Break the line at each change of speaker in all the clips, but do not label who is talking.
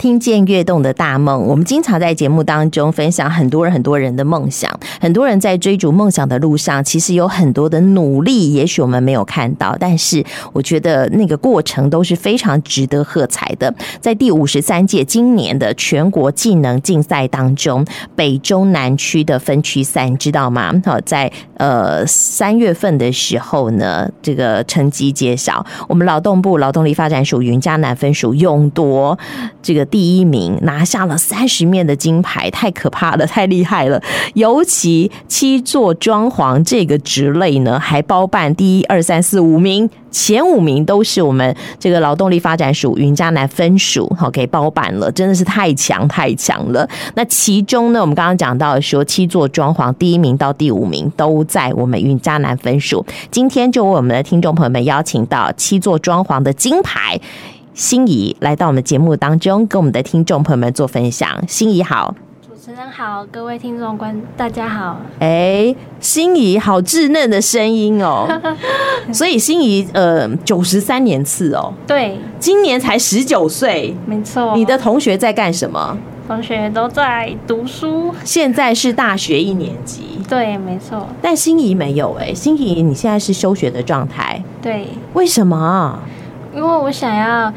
听见跃动的大梦。我们经常在节目当中分享很多人很多人的梦想，很多人在追逐梦想的路上，其实有很多的努力，也许我们没有看到，但是我觉得那个过程都是非常值得喝彩的。在第五十三届今年的全国技能竞赛当中，北中南区的分区赛，你知道吗？好，在呃三月份的时候呢，这个成绩揭晓，我们劳动部劳动力发展署云嘉南分署勇夺这个第一名，拿下了三十面的金牌，太可怕了，太厉害了！尤其七座装潢这个职类呢，还包办第一、二、三、四五名。前五名都是我们这个劳动力发展署云嘉南分署好给包办了，真的是太强太强了。那其中呢，我们刚刚讲到说七座装潢第一名到第五名都在我们云嘉南分署。今天就为我们的听众朋友们邀请到七座装潢的金牌心仪来到我们节目当中，跟我们的听众朋友们做分享。心仪好。
主持人好，各位听众观大家好。
哎，心仪好稚嫩的声音哦，所以心仪呃九十三年次哦，
对，
今年才十九岁。
没错，
你的同学在干什么？
同学都在读书。
现在是大学一年级，
对，没错，
但心仪没有哎、心仪你现在是休学的状态，
对，
为什么啊？
因为我想要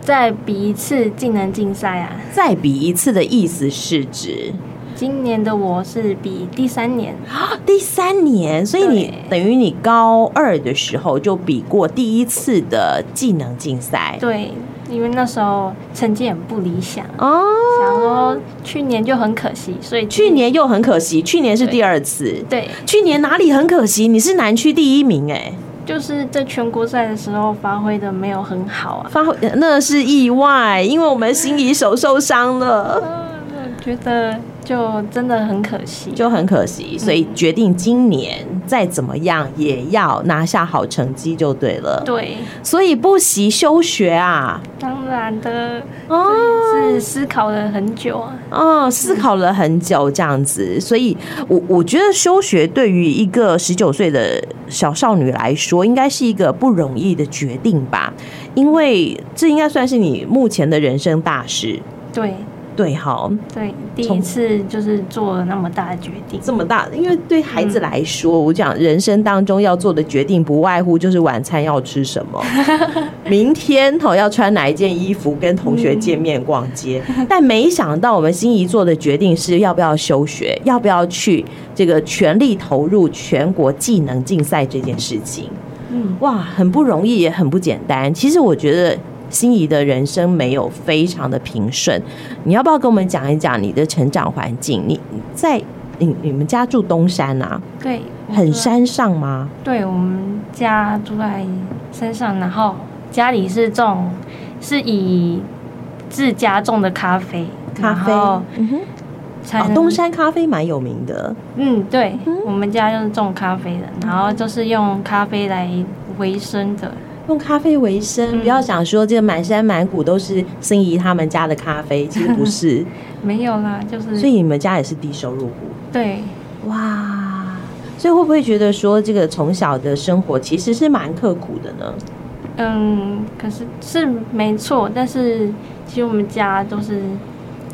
再比一次技能竞赛啊。
再比一次的意思是指
今年的我是比第三年，
啊第三年，所以你
对
等于你高二的时候就比过第一次的技能竞赛
对，因为那时候成绩很不理想，
哦。
想说去年就很可惜，所以今
去年又很可惜，去年是第二次。
对，
去年哪里很可惜？你是南区第一名哎、
就是在全国赛的时候发挥的没有很好啊。
发挥呃那是意外，因为我们心仪手受伤了，
嗯，我觉得就真的很可惜。
就很可惜，所以决定今年再怎么样也要拿下好成绩就对了。
对，
所以不惜休学啊，
当然的，
哦
是思考了很久啊。
哦，思考了很久这样子，所以我我觉得休学对于一个十九岁的小少女来说，应该是一个不容易的决定吧，因为这应该算是你目前的人生大事。
对
对，好，
对，第
从
一次就是做了那么大的决定。
这么大，因为对孩子来说，我讲人生当中要做的决定，不外乎就是晚餐要吃什么，明天头要穿哪一件衣服，跟同学见面逛街。但没想到我们心仪做的决定是要不要休学，要不要去这个全力投入全国技能竞赛这件事情。
嗯，
哇，很不容易，也很不简单。其实我觉得心仪的人生没有非常的平顺。你要不要跟我们讲一讲你的成长环境？你你在你你们家住东山啊，
对，我
很
住在。
山上吗？
对我们家住在山上，然后家里是种，是以自家种的咖啡，
咖啡
然后，
嗯哼，
才
哦
能，
东山咖啡蛮有名的。
嗯，对
嗯，
我们家就是种咖啡的，然后就是用咖啡来为生的，
用咖啡为生，
嗯
不要想说这个满山满谷都是心仪他们家的咖啡，其实不 是，
没有啦，就是
所以你们家也是低收入户。
对，
哇，所以会不会觉得说这个从小的生活其实是蛮刻苦的呢？
嗯，可是是没错，但是其实我们家都是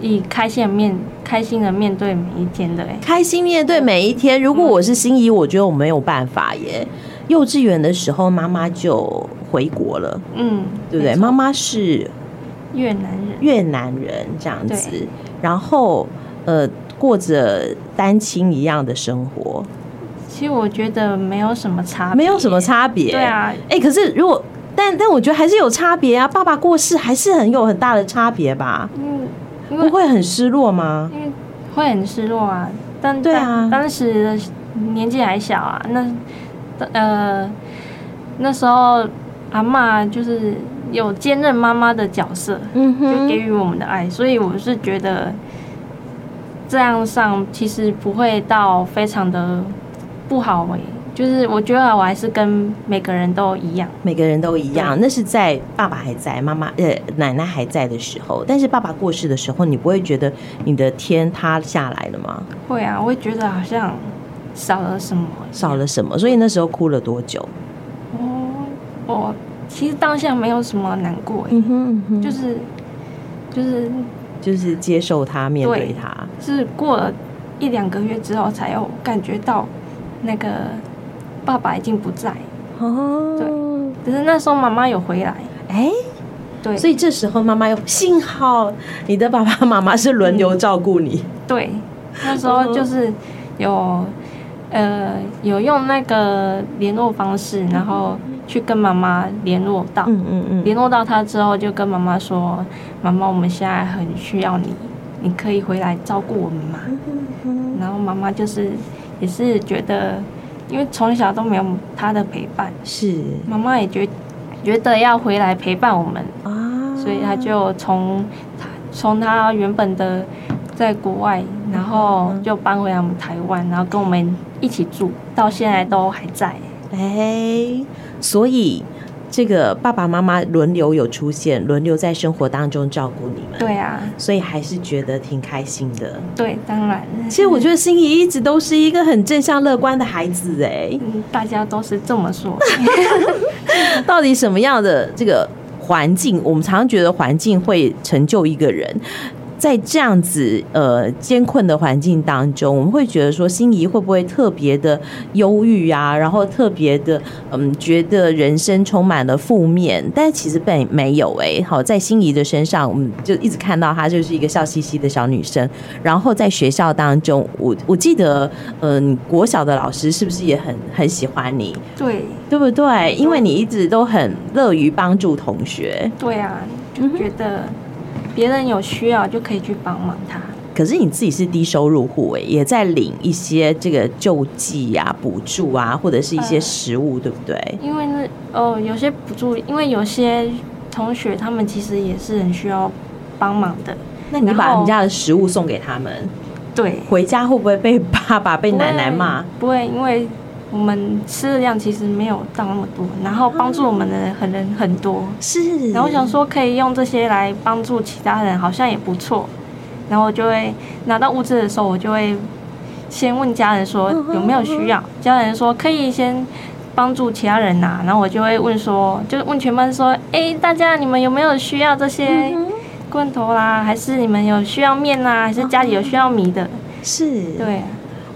以开心的面开心的面对每一天的哎、
开心面对每一天。如果我是心仪，我觉得我没有办法耶。
嗯
幼稚园的时候，妈妈就回国了，
嗯，
对不对？
没错
妈妈是
越南人，
越南人这样子
对，
然后呃，过着单亲一样的生活，
其实我觉得没有什么差，
没有什么，差别。
对，啊，
哎，可是如果但但我觉得还是有差别啊，爸爸过世还是很有很大的差别吧？
嗯，因
不
为
会很失落吗？
因为会很失落啊，但
对啊
当当时的年纪还小啊，那呃那时候阿嬷就是有兼任妈妈的角色，
嗯
就给予我们的爱，所以我是觉得这样上其实不会到非常的不好诶、就是我觉得我还是跟每个人都一样，
每个人都一样，
对
那是在爸爸还在、妈妈呃奶奶还在的时候。但是爸爸过世的时候，你不会觉得你的天塌下来了吗？
会啊，我会觉得好像少了什么，
少了什么？所以那时候哭了多久？
哦，我其实当下没有什么难过、诶，
嗯哼，
就是是就是
就是接受它，面对它。
是过了一两个月之后才有感觉到那个爸爸已经不在，
哦，
只是那时候妈妈有回来，
哎，
对，
所以这时候妈妈又幸好你的爸爸妈妈是轮流照顾你，
对，那时候就是有呃有用那个联络方式，然后去跟妈妈联络到，
嗯嗯嗯，
联络到她之后就跟妈妈说：“妈妈，我们现在很需要你，你可以回来照顾我们吗？”
嗯
然后妈妈就是也是觉得，因为从小都没有她的陪伴，
是
妈妈也觉觉得要回来陪伴我们，
啊，
所以她就从她从她原本的在国外，然后就搬回来我们台湾，然后跟我们一起住，到现在都还在。
哎，所以这个爸爸妈妈轮流有出现，轮流在生活当中照顾你们，
对啊，
所以还是觉得挺开心的。
对，当然。
其实我觉得心仪一直都是一个很正向乐观的孩子，哎，
嗯，大家都是这么说。
到底什么样的这个环境？我们常常觉得环境会成就一个人。在这样子呃艰困的环境当中，我们会觉得说，心仪会不会特别的忧郁啊？然后特别的嗯，觉得人生充满了负面，但其实并没有诶、好，在心仪的身上，我们就一直看到她就是一个笑嘻嘻的小女生。然后在学校当中，我我记得嗯、你国小的老师是不是也很很喜欢你？
对
对不对？因为你一直都很乐于帮助同学，
对啊，就觉得别人有需要就可以去帮忙他。
可是你自己是低收入户诶，也在领一些这个救济啊、补助啊，或者是一些
嗯
食物，对不对？
因为那哦，有些补助，因为有些同学他们其实也是很需要帮忙的。
那你
然后
把人家的食物送给他们，
对，
回家会不会被爸爸、被奶奶骂？
不会，因为我们吃的量其实没有到那么多，然后帮助我们的很人很多。
是，
然后我想说可以用这些来帮助其他人，好像也不错。然后我就会拿到物资的时候，我就会先问家人说
嗯哼
有没有需要，家人说可以先帮助其他人啊呐、然后我就会问说，就是问全班说，哎，大家你们有没有需要这些
嗯哼
罐头啦、还是你们有需要面啦、还是家里有需要米的？
嗯是，
对啊，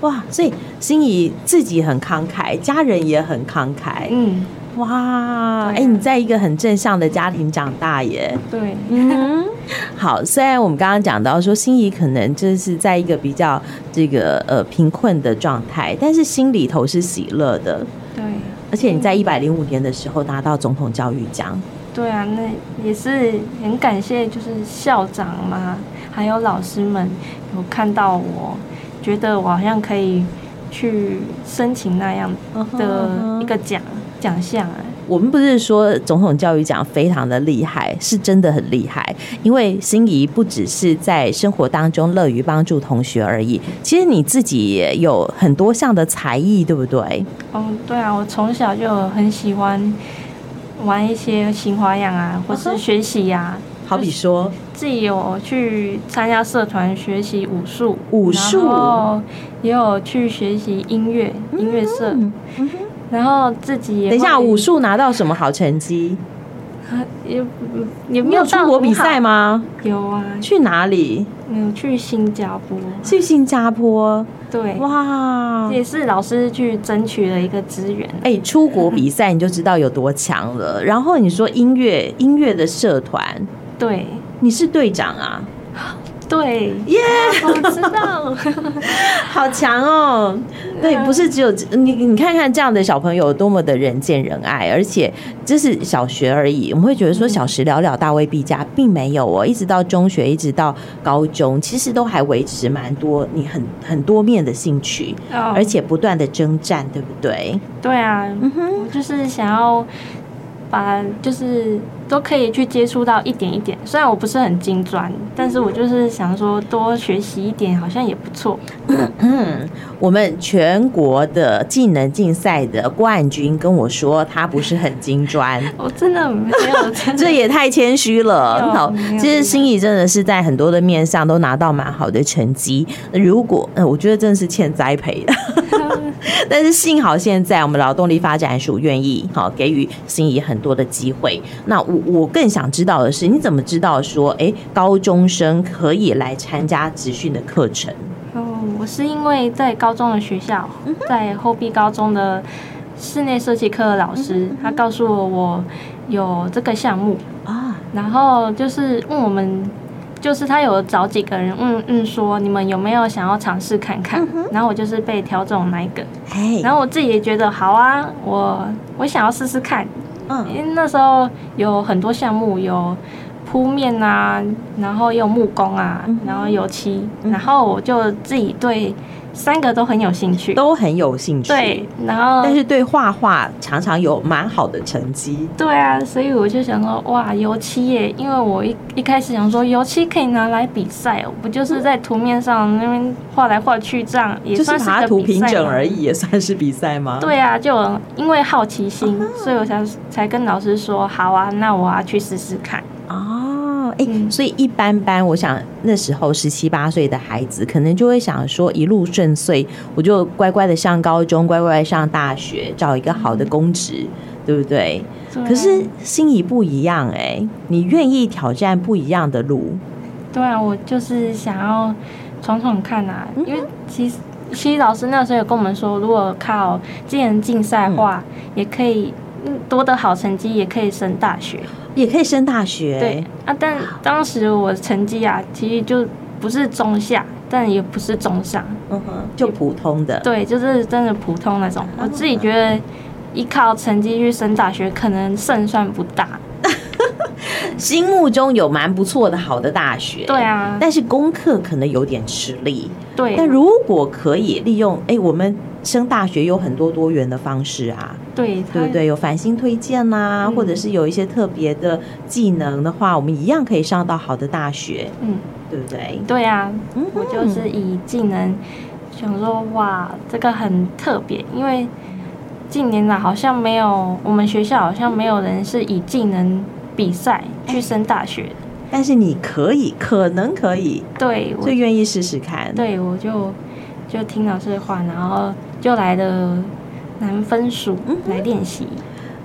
哇，所以心仪自己很慷慨，家人也很慷慨，
嗯，
哇，哎、
对啊
你在一个很正向的家庭长大耶，
对，
嗯，好。虽然我们刚刚讲到说，心仪可能就是在一个比较这个呃贫困的状态，但是心里头是喜乐的。
对，
而且
嗯
你在一百零五年的时候拿到总统教育奖，
对啊，那也是很感谢，就是校长嘛，还有老师们有看到我，觉得我好像可以去申请那样
嗯
的一个奖奖项啊。
我们不是说总统教育奖非常的厉害，是真的很厉害。因为心仪不只是在生活当中乐于帮助同学而已，其实你自己也有很多项的才艺，对不对？
哦，对啊，我从小就很喜欢玩一些新花样啊，或
嗯
是
哼
学习啊呀、
好比说，
自己有去参加社团学习武术，
武术
然后也有去学习音乐音乐社，然后自己也
嗯等一下
会
武术拿到什么好成绩？
也也
你
没
有
有
出国比赛
吗？
吗？
有啊，
去哪里？
有去新加坡，
去新加坡，
对，
哎哇！
也是老师去争取了一个资源。
哎、出国比赛你就知道有多强了。然后你说音乐，音乐的社团，
对
你是队长啊，
对，耶，我知道，
好强哦！对，不是只有你，你看看这样的小朋友多么的人见人爱，而且这是小学而已，我们会觉得说小时了了，大未必佳，并没有哦。一直到中学，一直到高中，其实都还维持蛮多你很很多面的兴趣，
哦
而且不断的征战，对不对？
对啊，
哼
我就是想要把就是都可以去接触到一点一点，虽然我不是很精专，但是我就是想说多学习一点，好像也不错。
嗯，我们全国的技能竞赛的冠军跟我说，他不是很精专。
我哦真的没有 真
这
的
也太谦虚
没
了。
有
好
没有，
其
没
实
有
心仪真的是在很多的面上都拿到蛮好的成绩。如果，呃，我觉得真的是欠栽培的，但是幸好现在我们劳动力发展署愿意好给予心仪很多的机会。那我我更想知道的是，你怎么知道说，哎，高中生可以来参加职训的课程？
哦，我是因为在高中的学校，在后壁高中的室内设计课的老师，他告诉我我有这个项目，
啊，
然后就是问我们，就是他有找几个人问问说你们有没有想要尝试看看，然后我就是被挑中那一个，
哎，
然后我自己也觉得好啊，我我想要试试看，因
嗯，
为那时候有很多项目，有铺面啊，然后也有木工啊
嗯，哼
然后油漆，
嗯
然后我就自己对三个都很有兴趣，
都很有兴趣，
对，嗯然后
但是对画画常常有蛮好的成绩。
对啊，所以我就想说，哇，油漆耶！因为我一一开始想说，油漆可以拿来比赛哦，不就是在图面上那边画来画去，这样也
嗯就是
算
把
是
它
个
涂
比
平
赛
整
嘛
而。已，啊也算是比赛吗？，
对啊，就有因为好奇心，所以我才才跟老师说，好啊，那我要去试试看。
哦，哎、
嗯
所以一般般，我想那时候十七八岁的孩子，可能就会想说一路顺遂，我就乖乖的上高中，乖乖的上大学，找一个好的公
嗯
职，对不对？
对啊
可是，心仪不一样哎、你愿意挑战不一样的路，
对啊，我就是想要闯闯看啊，
嗯哼
因为其实。其实老师那时候有跟我们说，如果靠技能竞赛的话，也可以嗯多得好成绩，也可以升大学。
也可以升大学。
对，啊，但当时我的成绩啊，其实就不是中下，但也不是中上，
嗯哼，就普通的。
对，就是真的普通那种。我自己觉得依靠成绩去升大学，可能胜算不大。
心目中有蛮不错的好的大学。
对。啊，
但是功课可能有点吃力，
对，
但如果可以利用，哎、我们升大学有很多多元的方式啊，
对
对不？对？有繁星推荐啦、
嗯
或者是有一些特别的技能的话，我们一样可以上到好的大学，
它嗯，
对不对？
对啊，
嗯
我就是以技能想说，哇，这个很特别，因为近年来好像没有我们学校好像没有人是以技能比赛
哎
去升大学的。
但是你可以，可能可以，
对，我
所以愿意试试看。，
对，我就就听老师的话，然后就来了南分署
嗯
来练习，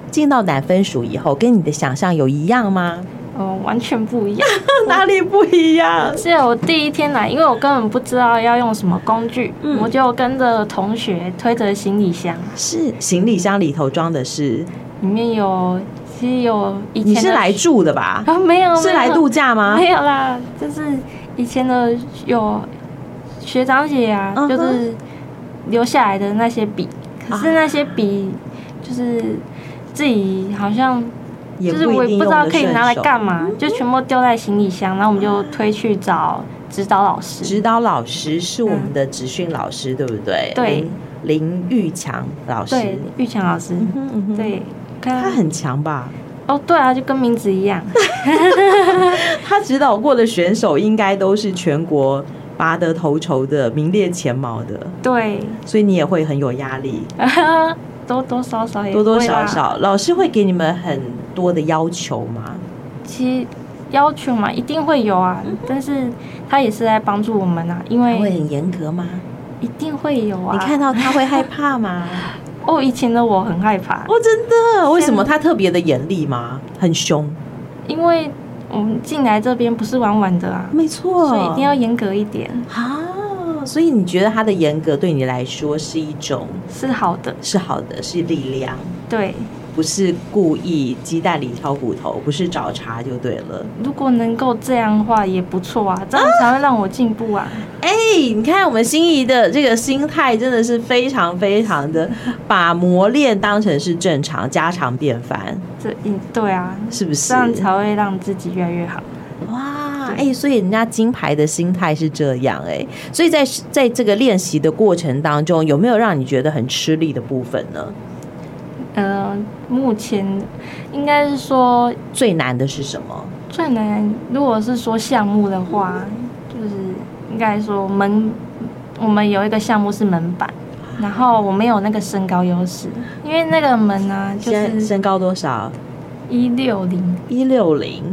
进到奶分署以后，跟你的想象有一样 吗？
嗯，完全不 一样。
哪里不一样？
记啊得我第一天来，因为我根本不知道要用什么工具，
嗯
我就跟着同学推着行李箱，
是行李箱里头装的是，
里面有其实有以前
你
的
是来住的吧？
啊没有
是
没
来
有
度假吗？
没有啦，就是以前的有学长姐啊，
嗯哼啊
就是留下来的那些笔，可是那些笔就是自己好像
也
就是
不
我
一定
也
用
不知道
得
可以
顺
拿来
手
干嘛，就全部丢在行李箱，然后我们就推去找指导老师。
指导老师是我们的职训老师，对不对？
对
林，林玉强老师。
对，玉强老师，
嗯哼嗯哼，
对，
他
看
很强吧？
哦，对啊，就跟名 字一样，
他指导过的选手应该都是全国拔得头筹的，名列前茅的，
对，
所以你也会很有压力，
多多少少也
多多
会啦
少。少，老师会给你们很多的要求吗？
其实要求嘛，一定会有啊，但是他也是在帮助我们啊，因
他会
为
很严格吗？
一定会有啊。
你看到他会害怕吗？
哦，以前的我很害怕，
哦，真的？为什么他特别的严厉吗？很凶？
因为我们进来这边不是玩玩的啊，
没错，
所以一定要严格一点，
啊，所以你觉得他的严格对你来说是一种
是好的，
是好的，是力量，
对。
不是故意鸡蛋里挑骨头，不是找茬就对了。
如果能够这样的话也不错啊，这样才会让我进步啊。
哎、你看我们心仪的这个心态真的是非常非常的把磨练当成是正常家常便饭，
这嗯对啊，
是不是
这？样才会让自己越来越好。
哇，哎、所以人家金牌的心态是这样哎、所以在在这个练习的过程当中，有没有让你觉得很吃力的部分呢？
呃，目前应该是说
最难的是什么？
最难，如果是说项目的话，就是应该说门，我们有一个项目是门板，然后我没有那个身高优势，因为那个门呢、就
现在
是
身高多少？
一六零，
一六零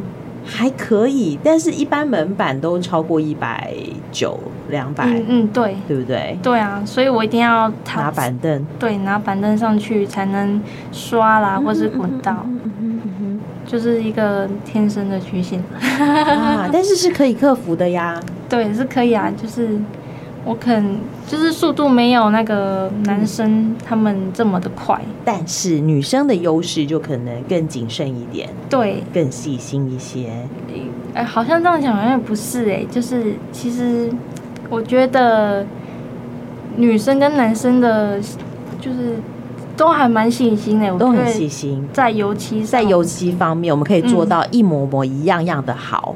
还可以，但是一般门板都超过一百九、两百
嗯，嗯对
对不对？
对啊，所以我一定要
拿
踏
板凳，
对拿板凳上去才能刷啦，或是滚到，
嗯嗯哼嗯哼嗯哼
就是一个天生的缺陷。
啊，但是是可以克服的呀。
对，是可以啊，就是我肯就是速度没有那个男生他们这么的快。
但是女生的优势就可能更谨慎一点，
对，
更细心一些。
哎，好像这样讲好像也不是哎、就是其实我觉得女生跟男生的，就是都还蛮细心的、我
都
觉
很
得
细心。
在油漆
在
上
油漆方面，我们可以做到一模模一样样的好。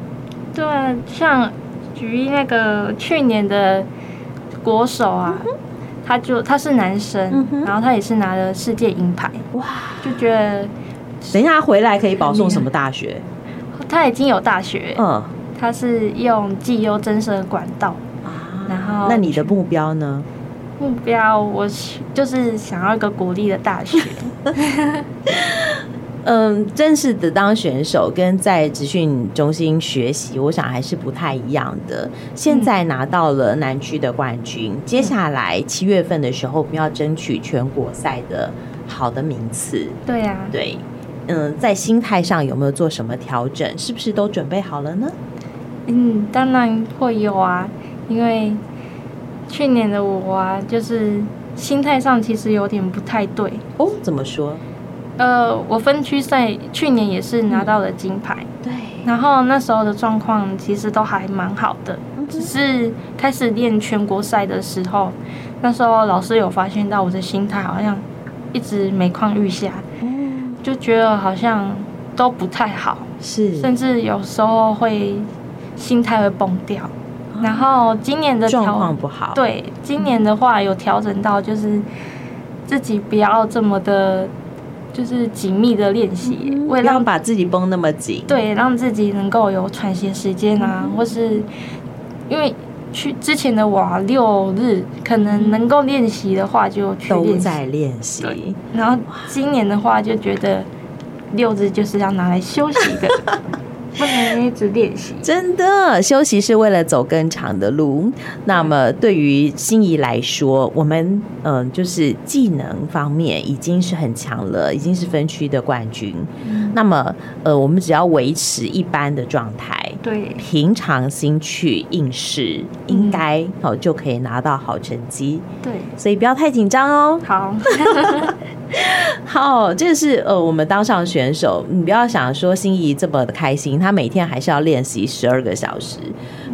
对啊，像举例那个去年的国手啊，他就他是男
嗯
生，
哼
然后他也是拿了世界银牌，
哇！
就觉得
等一下他回来可以保送什么大学？
他已经有大学，
嗯
他是用绩优增生的管道。
啊
然后
那你的目标呢？
目标我是就是想要一个国立的 大学，
嗯，正式的当选手跟在职训中心学习，我想还是不太一样的。现在拿到了南区的冠军，接下来七月份的时候，我们要争取全国赛的好的名次。
对啊呀、
对，嗯，在心态上有没有做什么调整？是不是都准备好了呢？
嗯，当然会有啊，因为去年的我啊，就是心态上其实有点不太对。
哦，怎么说？
呃，我分区赛去年也是拿到了金牌，
对，
然后那时候的状况其实都还蛮好的，只是开始练全国赛的时候，那时候老师有发现到我的心态好像一直每况愈下，就觉得好像都不太好，
是
甚至有时候会心态会崩掉。然后今年的
哦状
调
况不好。，
对，今年的话有调整到，就是自己不要这么的，就是紧密的练习，嗯为
不
了
要
让
把自己绷那么紧。
对让自己能够有喘息时间啊，或是因为去之前的我啊六日可能能够练习的话就去
都
练习，
在练习
对。然后今年的话就觉得六日就是要拿来休息的， 不能一直练习。
真的，休息是为了走更长的路。那么对于心仪来说，我们嗯、呃就是技能方面已经是很强了，已经是分区的冠军。
嗯
那么，呃，我们只要维持一般的状态，
对，
平常心去应试，
嗯
应该哦就可以拿到好成绩。
对，
所以不要太紧张哦。
好，
好，这是呃，我们当上选手，你不要想说心仪这么的开心，她每天还是要练习十二个小时，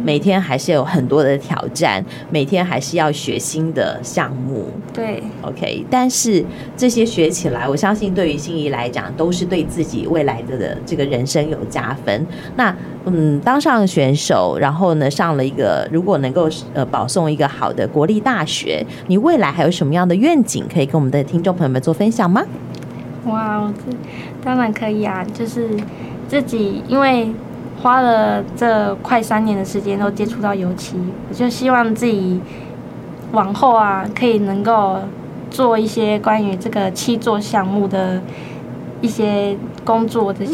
每天还是有很多的挑战，每天还是要学新的项目。
对，
OK，但是这些学起来，我相信对于心仪来讲，都是对自己未来的这个人生有加分。那嗯，当上选手，然后呢，上了一个如果能够呃保送一个好的国立大学，你未来还有什么样的愿景可以跟我们的听众朋友们做分享吗？
哇，我这当然可以啊，就是自己因为花了这快三年的时间都接触到油漆，我就希望自己往后啊可以能够做一些关于这个漆作项目的一些工作的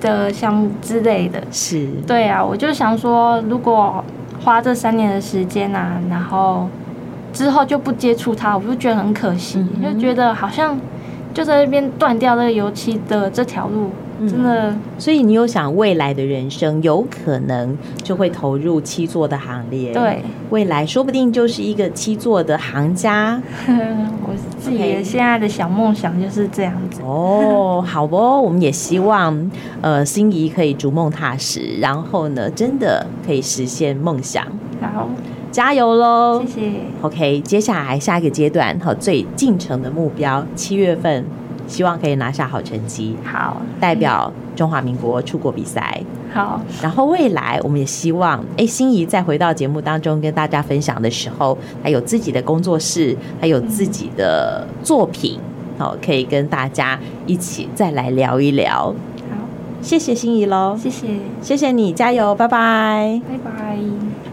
的项目之类的。
是，
对啊，我就想说，如果花这三年的时间啊，然后之后就不接触它，我就觉得很可惜，
嗯哼
就觉得好像就在那边断掉那个油漆的这条路，真的
所以你有想未来的人生有可能就会投入七座的行列，
对，
未来说不定就是一个七座的行家，
我自己
OK
的现在的小梦想就是这样子。
哦，好哦，我们也希望，呃，心仪可以逐梦踏实，然后呢，真的可以实现梦想，
好，
加油喽
谢谢，
！OK，接下来下一个阶段和最进程的目标，七月份希望可以拿下好成绩，
好，
代表中华民国出国比赛。
好，
然后未来我们也希望，哎，心仪再回到节目当中跟大家分享的时候，她有自己的工作室，还有自己的作品，好、可以跟大家一起再来聊一聊。
好，
谢谢心仪喽，
谢谢，
谢谢你，加油，拜拜。
拜拜。